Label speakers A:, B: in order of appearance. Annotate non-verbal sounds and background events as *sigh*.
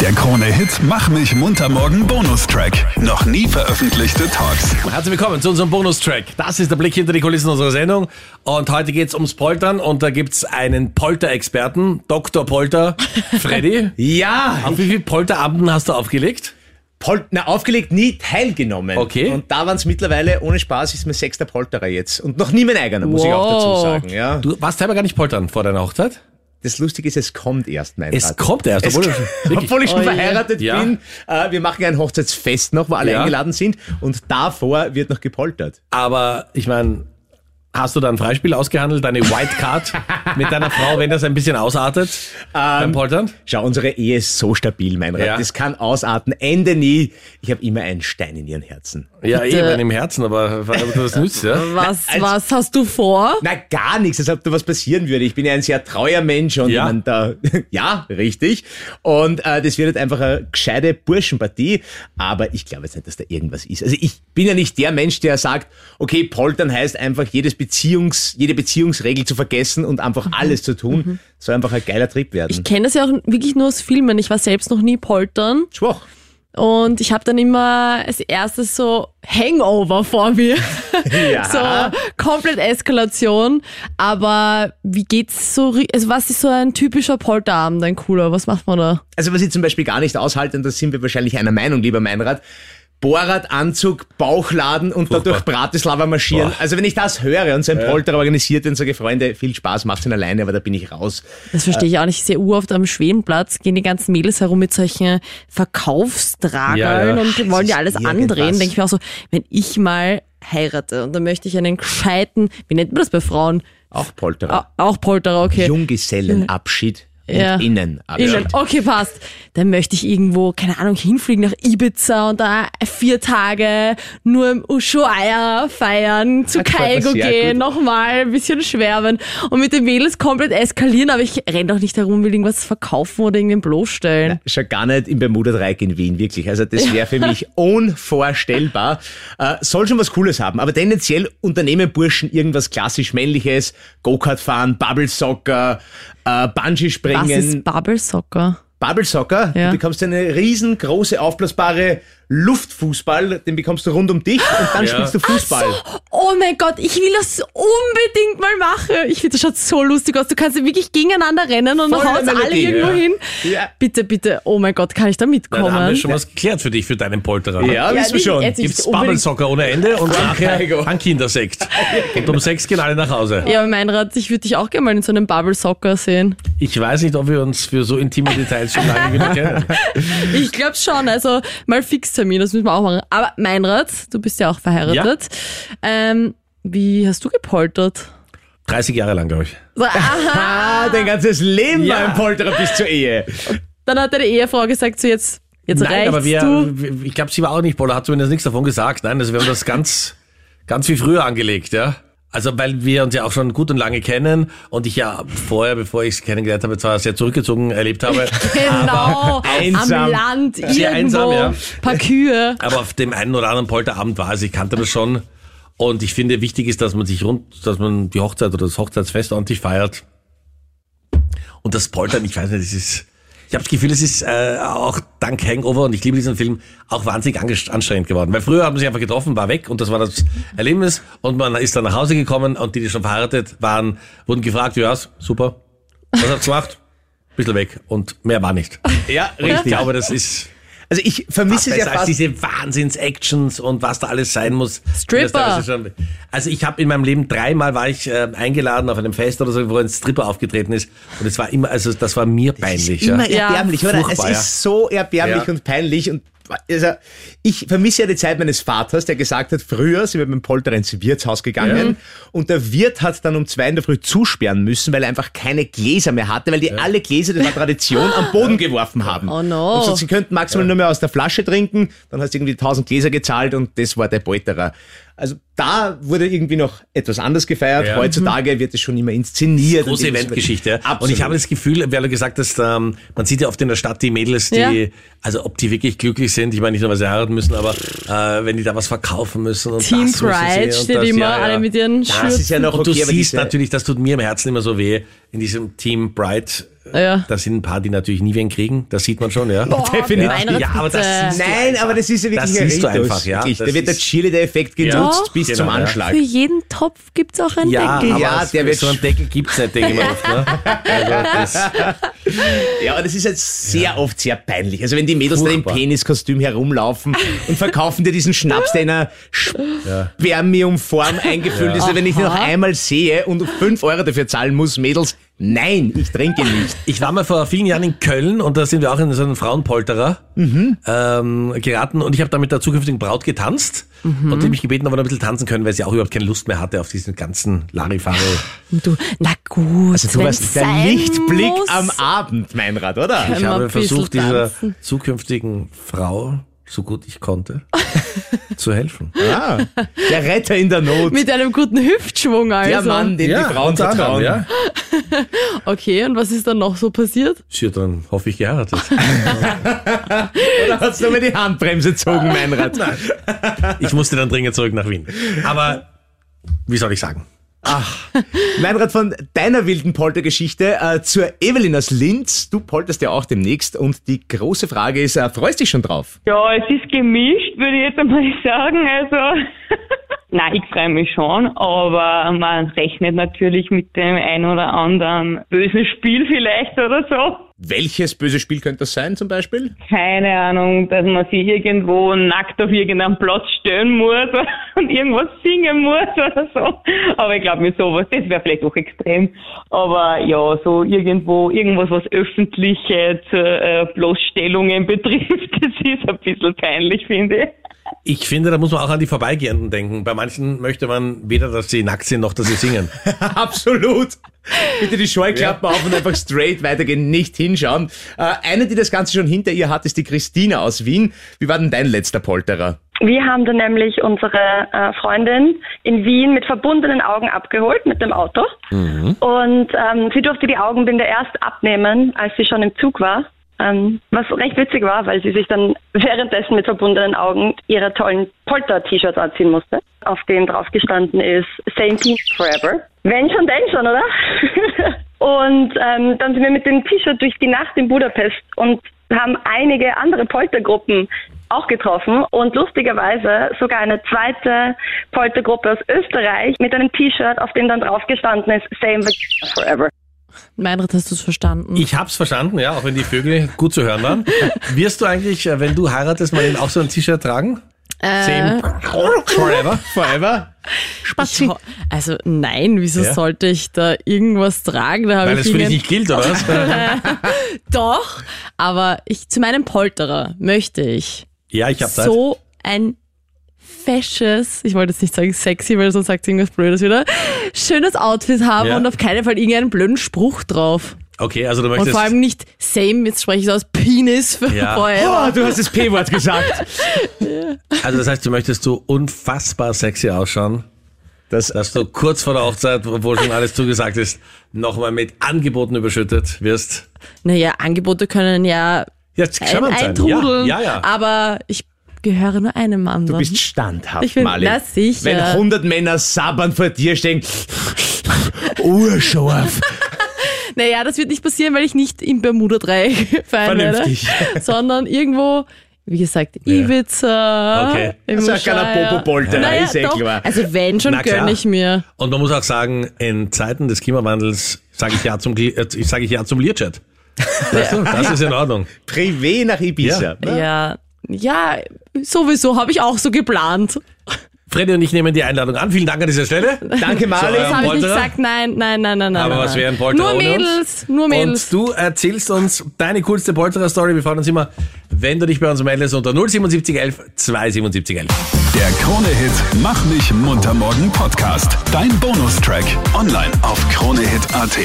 A: Der Krone-Hit Mach mich munter morgen Bonustrack. Noch nie veröffentlichte Talks.
B: Herzlich willkommen zu unserem Bonustrack. Das ist der Blick hinter die Kulissen unserer Sendung. Und heute geht's ums Poltern und da gibt's einen Polterexperten, Dr. *laughs* Polter, Freddy.
C: Ja,
B: Auf wie viele Polterabenden hast du aufgelegt?
C: Pol na, aufgelegt, nie teilgenommen.
B: Okay.
C: Und da waren es mittlerweile, ohne Spaß, ist mein sechster Polterer jetzt. Und noch nie mein eigener, muss ich auch dazu
B: Wow.
C: sagen. Ja.
B: Du warst selber gar nicht poltern vor deiner Hochzeit?
C: Das Lustige ist, es kommt erst mein
B: Es
C: Rat.
B: kommt erst,
C: Es,
B: obwohl,
C: obwohl,
B: du- wirklich.
C: ich schon
B: Oh je.
C: verheiratet
B: Ja.
C: bin. Äh, wir machen ein Hochzeitsfest noch, wo alle
B: Ja.
C: eingeladen sind. Und davor wird noch gepoltert.
B: *laughs* Aber ich meine, hast du dann Freispiel ausgehandelt, deine White Card mit deiner Frau, wenn das ein bisschen ausartet beim Poltern?
C: Schau, unsere Ehe ist so stabil, mein Rat.
B: Ja.
C: Das kann ausarten. Ende nie. Ich habe immer einen Stein in ihren Herzen.
B: Ja,
D: bitte.
B: eben im Herzen, aber *laughs* das nützt, ja.
D: Was,
C: Na, also-
D: was hast du vor?
C: Na, gar nichts, als ob da was passieren würde. Ich bin ja ein sehr treuer Mensch und
B: Ja.
C: ja, da, *laughs* ja richtig. Und äh, das wird halt einfach eine gescheite Burschenpartie. Aber ich glaube jetzt nicht, dass da irgendwas ist. Also ich bin ja nicht der Mensch, der sagt, okay, poltern heißt einfach jedes Beziehungs, jede Beziehungsregel zu vergessen und einfach alles zu tun. Soll einfach ein geiler Trip
D: Ich
C: werden.
D: kenne das ja auch wirklich nur aus Filmen. Ich war selbst noch nie poltern
C: Schwach.
D: und ich habe dann immer als erstes so Hangover vor mir. *laughs*
C: Ja.
D: So komplett Eskalation. Aber wie geht's so? ri- Also was ist so ein typischer Polterabend, ein cooler? Was macht man da?
C: Also was ich zum Beispiel gar nicht aushalte, und da sind wir wahrscheinlich einer Meinung, lieber Meinrad, Bohrradanzug, Bauchladen und dadurch Bratislava marschieren.
B: Boah.
C: Also wenn ich das höre und so ein Polterer organisiert und sage, Freunde, viel Spaß, macht's ihn alleine, aber da bin ich raus.
D: Das verstehe
C: Äh.
D: ich auch nicht. Ich sehe oft am Schwedenplatz gehen die ganzen Mädels herum mit solchen Verkaufstragern
B: Ja, ja.
D: und wollen
C: ist
D: ja alles
C: irgendwas.
D: andrehen. Denke ich mir auch so, wenn ich mal heirate und dann möchte ich einen gescheiten, wie nennt man das bei Frauen?
C: Auch Polterer.
D: Ah, Auch Polterer, okay.
C: Junggesellenabschied und
D: Ja.
C: Innenabschied.
D: Innen. Okay, passt. Dann möchte ich irgendwo, keine Ahnung, hinfliegen nach Ibiza und da vier Tage nur im Ushuaia feiern, zu
C: Das gefällt mir
D: Kaigo
C: sehr
D: gehen,
C: gut.
D: nochmal ein bisschen schwärmen und mit den Mädels komplett eskalieren, aber ich renn doch nicht herum, will irgendwas verkaufen oder irgendwen bloßstellen.
C: Schon gar nicht im Bermuda-Dreieck in Wien, wirklich. Also das wäre für
D: *laughs*
C: mich unvorstellbar. Äh, soll schon was Cooles haben, aber tendenziell unternehmen Burschen irgendwas klassisch Männliches, Go-Kart fahren, Bubble-Soccer, äh, Bungee-Springen.
D: Was ist Bubble Soccer?
C: Bubble Soccer,
D: Ja.
C: du bekommst eine riesengroße aufblasbare Luftfußball, den bekommst du rund um dich und dann
B: Ja.
C: spielst du Fußball.
D: Oh mein Gott, ich will das unbedingt mal machen. Ich finde, das schaut so lustig aus. Du kannst ja wirklich gegeneinander rennen und
C: Voll
D: haust alle
C: Melodie,
D: irgendwo
C: ja.
D: hin.
C: Ja.
D: Bitte, bitte, oh mein Gott, kann ich da
B: Dann
D: mitkommen?
B: haben wir schon was geklärt für dich, für deinen Polterer. ne?
C: Ja, wissen wir
D: nicht-
C: schon.
D: jetzt ist
B: Gibt's
D: es unbedingt-
B: Bubblesocker ohne Ende
D: *laughs*
B: und
C: Gregor.
B: nachher ein Kindersekt.
D: genau.
B: Und um sechs gehen alle nach Hause.
D: Ja, aber Meinrad, ich würde dich auch gerne mal in so einem Bubble Soccer sehen.
B: Ich weiß nicht, ob wir uns für so intime Details schon lange wieder
D: *laughs*
B: kennen.
D: Ich glaube schon, also mal Fixtermin, das müssen wir auch machen. Aber Meinrad, du bist ja auch verheiratet. Ähm, wie hast du gepoltert?
B: 30 Jahre lang, glaube ich.
D: So, aha.
C: Ah, dein ganzes Leben
B: Ja.
C: war ein Polterer bis zur Ehe.
D: Dann hat deine Ehefrau gesagt, so jetzt, jetzt
B: Nein,
D: reicht's
B: aber wir,
D: du.
B: wir- ich glaube, sie war auch nicht Polo, hat zumindest nichts davon gesagt. Nein, also wir haben das ganz, ganz wie früher angelegt, ja. Also weil wir uns ja auch schon gut und lange kennen und ich ja vorher, bevor ich sie kennengelernt habe, zwar sehr zurückgezogen erlebt
D: *laughs*
B: habe,
D: Genau,
C: einsam.
D: am Land, irgendwo,
B: Sehr einsam, ja.
D: paar
B: *laughs*
D: Kühe.
B: aber auf dem einen oder anderen Polterabend war es, ich kannte das schon. Und ich finde, wichtig ist, dass man sich rund, dass man die Hochzeit oder das Hochzeitsfest ordentlich feiert. Und das Poltern, ich weiß nicht, das ist, ich habe das Gefühl, es ist äh, auch dank Hangover und ich liebe diesen Film auch wahnsinnig angest- anstrengend geworden. Weil früher haben sie einfach getroffen, war weg und das war das Erlebnis und man ist dann nach Hause gekommen und die, die schon verheiratet waren, wurden gefragt, wie war's? Super. Was habt ihr gemacht? Bisschen weg und mehr war nicht.
C: Ja,
B: Und ich
C: richtig.
B: glaube, das ist
C: Also ich vermisse es ja
B: besser als
C: fast.
B: diese Wahnsinns-Actions und was da alles sein muss.
D: Stripper.
B: Das teilweise schon- Also ich habe in meinem Leben dreimal war ich äh, eingeladen auf einem Fest oder so, wo ein Stripper aufgetreten ist und es war immer, also das war mir peinlich. ja.
C: Immer
D: Ja,
C: erbärmlich, oder? Es
B: furchtbar, ja.
C: ist so erbärmlich
B: Ja.
C: und peinlich und also ich vermisse ja die Zeit meines Vaters, der gesagt hat, früher sind wir mit dem Polterer ins Wirtshaus gegangen und der Wirt hat dann um zwei in der Früh zusperren müssen, weil er einfach keine Gläser mehr hatte, weil die alle Gläser der Tradition am Boden geworfen haben.
D: Oh no.
C: Und so, sie könnten maximal nur mehr aus der Flasche trinken, dann hast du irgendwie 1000 Gläser gezahlt und das war der Polterer. Also da wurde irgendwie noch etwas anders gefeiert.
B: Ja.
D: Mhm.
C: Heutzutage wird es schon immer inszeniert.
B: große
C: und-
B: Eventgeschichte.
C: Absolut.
B: Und ich habe das Gefühl, weil du gesagt hast, ähm, man sieht ja oft in der Stadt die Mädels, die,
D: Ja.
B: also ob die wirklich glücklich sind, ich meine nicht nur, weil sie heiraten müssen, aber äh, wenn die da was verkaufen müssen und
D: Team
B: das müssen sie
D: Pride
B: und
D: steht
B: das,
D: immer,
B: ja, ja.
D: alle mit ihren
C: Das
D: Schürzen.
C: ist ja noch
B: und
C: okay,
B: du
C: aber
B: siehst
C: diese-
B: natürlich, das tut mir im Herzen immer so weh, in diesem Team Bright
D: Ja.
B: Da sind ein paar, die natürlich nie wen kriegen. Das sieht man schon, ja.
D: Boah,
C: definitiv.
D: Meinrad,
B: Ja, aber das
D: bitte.
B: ist-
C: Nein, aber das ist ja wirklich
B: Das
C: ein
B: siehst du
C: Ritus.
B: einfach, ja.
C: Wirklich, Da
B: Das
C: wird der
B: ist-
C: Chili-Effekt genutzt
D: Ja.
C: bis
B: Genau,
C: zum
B: ja.
C: Anschlag.
D: Für jeden Topf gibt's auch einen
B: Ja,
D: Deckel.
B: aber
C: Ja,
B: es-
C: der wird
B: so einen
C: sch-
B: Deckel gibt's nicht, denke ich mal oft. Ne? Also das,
C: Ja, aber das ist jetzt sehr oft sehr peinlich. Also wenn die Mädels da im
B: Furchtbar.
C: Peniskostüm herumlaufen und verkaufen dir diesen Schnaps, der in einer Spermiumform eingefüllt ist, also wenn ich den noch einmal sehe und 5 Euro dafür zahlen muss, Mädels, nein, ich trinke nicht.
B: Ich war mal vor vielen Jahren in Köln und da sind wir auch in so einen Frauenpolterer ähm, geraten und ich habe da mit der zukünftigen Braut getanzt und die mich gebeten, ob wir noch ein bisschen tanzen können, weil sie auch überhaupt keine Lust mehr hatte auf diesen ganzen Larifare.
D: Und Du, na gut,
C: Also du
D: wenn's
C: warst der
D: sein
C: Lichtblick
D: muss.
C: am Abend, Meinrad, oder?
B: Ich
D: Können wir
B: habe
D: ein bisschen
B: versucht, dieser
D: tanzen?
B: zukünftigen Frau, so gut ich konnte, zu helfen.
C: Ja. Der Retter in der Not.
D: Mit einem guten Hüftschwung also.
C: der Mann, den die Frauen
B: unter anderem,
C: vertrauen.
B: ja.
D: Okay, und was ist dann noch so passiert?
B: Sie hat dann, hoffe ich, geheiratet.
C: Da hast du mir die
B: *laughs*
C: Handbremse gezogen, Meinrad.
B: Ich musste dann dringend zurück nach Wien. Aber wie soll ich sagen?
C: Meinrad, von deiner wilden Poltergeschichte äh, zur Evelyn aus Linz. Du polterst ja auch demnächst und die große Frage ist, äh, freust dich schon drauf?
E: Ja, es ist gemischt, würde ich jetzt einmal *laughs* sagen. Also, *laughs* nein, ich freue mich schon, aber man rechnet natürlich mit dem ein oder anderen bösen Spiel vielleicht oder so.
C: Welches böse Spiel könnte das sein zum Beispiel? *laughs*
E: Keine Ahnung, dass man sich irgendwo nackt auf irgendeinem Platz stellen muss *laughs* und irgendwas singen muss oder so. Aber ich glaube, mit sowas, das wäre vielleicht auch extrem. Aber ja, so irgendwo, irgendwas, was öffentliche äh, Bloßstellungen *laughs* betrifft, das ist ein bisschen peinlich, finde ich.
B: Ich finde, da muss man auch an die Vorbeigehenden denken. Bei manchen möchte man weder, dass sie nackt sind, noch dass sie singen.
C: Absolut. Bitte die Scheuklappen auf und einfach straight weitergehen, nicht hinschauen. Äh, eine, die das Ganze schon hinter ihr hat, ist die Christina aus Wien. Wie war denn dein letzter Polterer?
F: Wir haben dann nämlich unsere äh, Freundin in Wien mit verbundenen Augen abgeholt mit dem Auto. Und ähm, sie durfte die Augenbinde erst abnehmen, als sie schon im Zug war. Ähm, was recht witzig war, weil sie sich dann *laughs* währenddessen mit verbundenen Augen ihre tollen Polter-T-Shirts anziehen musste, auf dem drauf gestanden ist Same Team Forever. Wenn schon, denn schon, oder? *laughs* und ähm, dann sind wir mit dem T-Shirt durch die Nacht in Budapest und haben einige andere Poltergruppen auch getroffen und lustigerweise sogar eine zweite Poltergruppe aus Österreich mit einem T-Shirt, auf dem dann drauf gestanden ist Same with Forever.
D: Meinrad, hast du es verstanden?
B: Ich hab's verstanden, ja, auch wenn die Vögel gut zu hören waren. Wirst du eigentlich, äh, wenn du heiratest, mal auch so ein T-Shirt tragen?
D: Äh.
C: Same
B: Forever?
C: forever.
D: Ich ho- also nein, wieso
B: Ja.
D: sollte ich da irgendwas tragen? Da habe
B: Weil
D: ich
B: das für dich
D: Ihnen-
B: nicht gilt, oder was?
D: Doch, aber ich zu meinem Polterer möchte ich
B: ja, ich hab Zeit.
D: so ein fesches, ich wollte jetzt nicht sagen sexy, weil sonst sagt sie irgendwas Blödes wieder, schönes Outfit haben
B: Ja.
D: und auf keinen Fall irgendeinen blöden Spruch drauf.
B: Okay, also du
D: Und
B: möchtest...
D: vor allem nicht same, jetzt spreche ich so aus Penis *laughs* für
B: Ja.
D: forever.
C: Oh, du hast das P-Wort gesagt.
B: also das heißt, du möchtest so unfassbar sexy ausschauen,
C: Das
B: dass du kurz vor der Hochzeit, obwohl schon alles zugesagt ist, nochmal mit Angeboten überschüttet wirst.
D: Naja, Angebote können ja
B: Jetzt
D: ein, eintrudeln,
B: Ja, ja, ja.
D: aber ich gehöre nur einem anderen.
C: Du bist standhaft,
D: Ich bin-
C: Marlin.
D: na, sicher.
C: Wenn 100 Männer sabbern vor dir stehen, urscharf.
D: Naja, das wird nicht passieren, weil ich nicht im Bermuda-Dreieck *laughs* fahren
C: Vernünftig.
D: werde, *laughs* sondern irgendwo, wie gesagt, Ibiza.
B: Okay.
D: im
C: Das ist ja keiner
D: Ushuaia.
C: Popo-Polterer,
D: Naja,
C: ist eh
D: doch.
C: klar.
D: Also wenn schon,
B: Na klar.
D: gönne ich mir.
B: Und man muss auch sagen, in Zeiten des Klimawandels sage ich ja zum, Gli- äh, ich sage ich ja zum Learjet. Weißt du, das ist in Ordnung.
C: Privé nach Ibiza.
B: Ja.
C: ne?
D: Ja, ja sowieso, habe ich auch so geplant.
B: Freddy und ich nehmen die Einladung an. Vielen Dank an dieser Stelle.
C: Danke, Marlin.
D: Das habe ich nicht
B: Polterer?
D: gesagt, nein, nein, nein, nein, nein.
B: Aber
D: nein,
B: was
D: nein.
B: wären Polterer
D: Nur
B: ohne
D: Mädels, nur Mädels.
B: Und du erzählst uns deine coolste Polterer-Story. Wir freuen uns immer, wenn du dich bei uns meldest unter 07711 27711.
A: Der Krone-Hit Mach mich munter morgen Podcast. Dein Bonustrack. Online auf kronehit.at.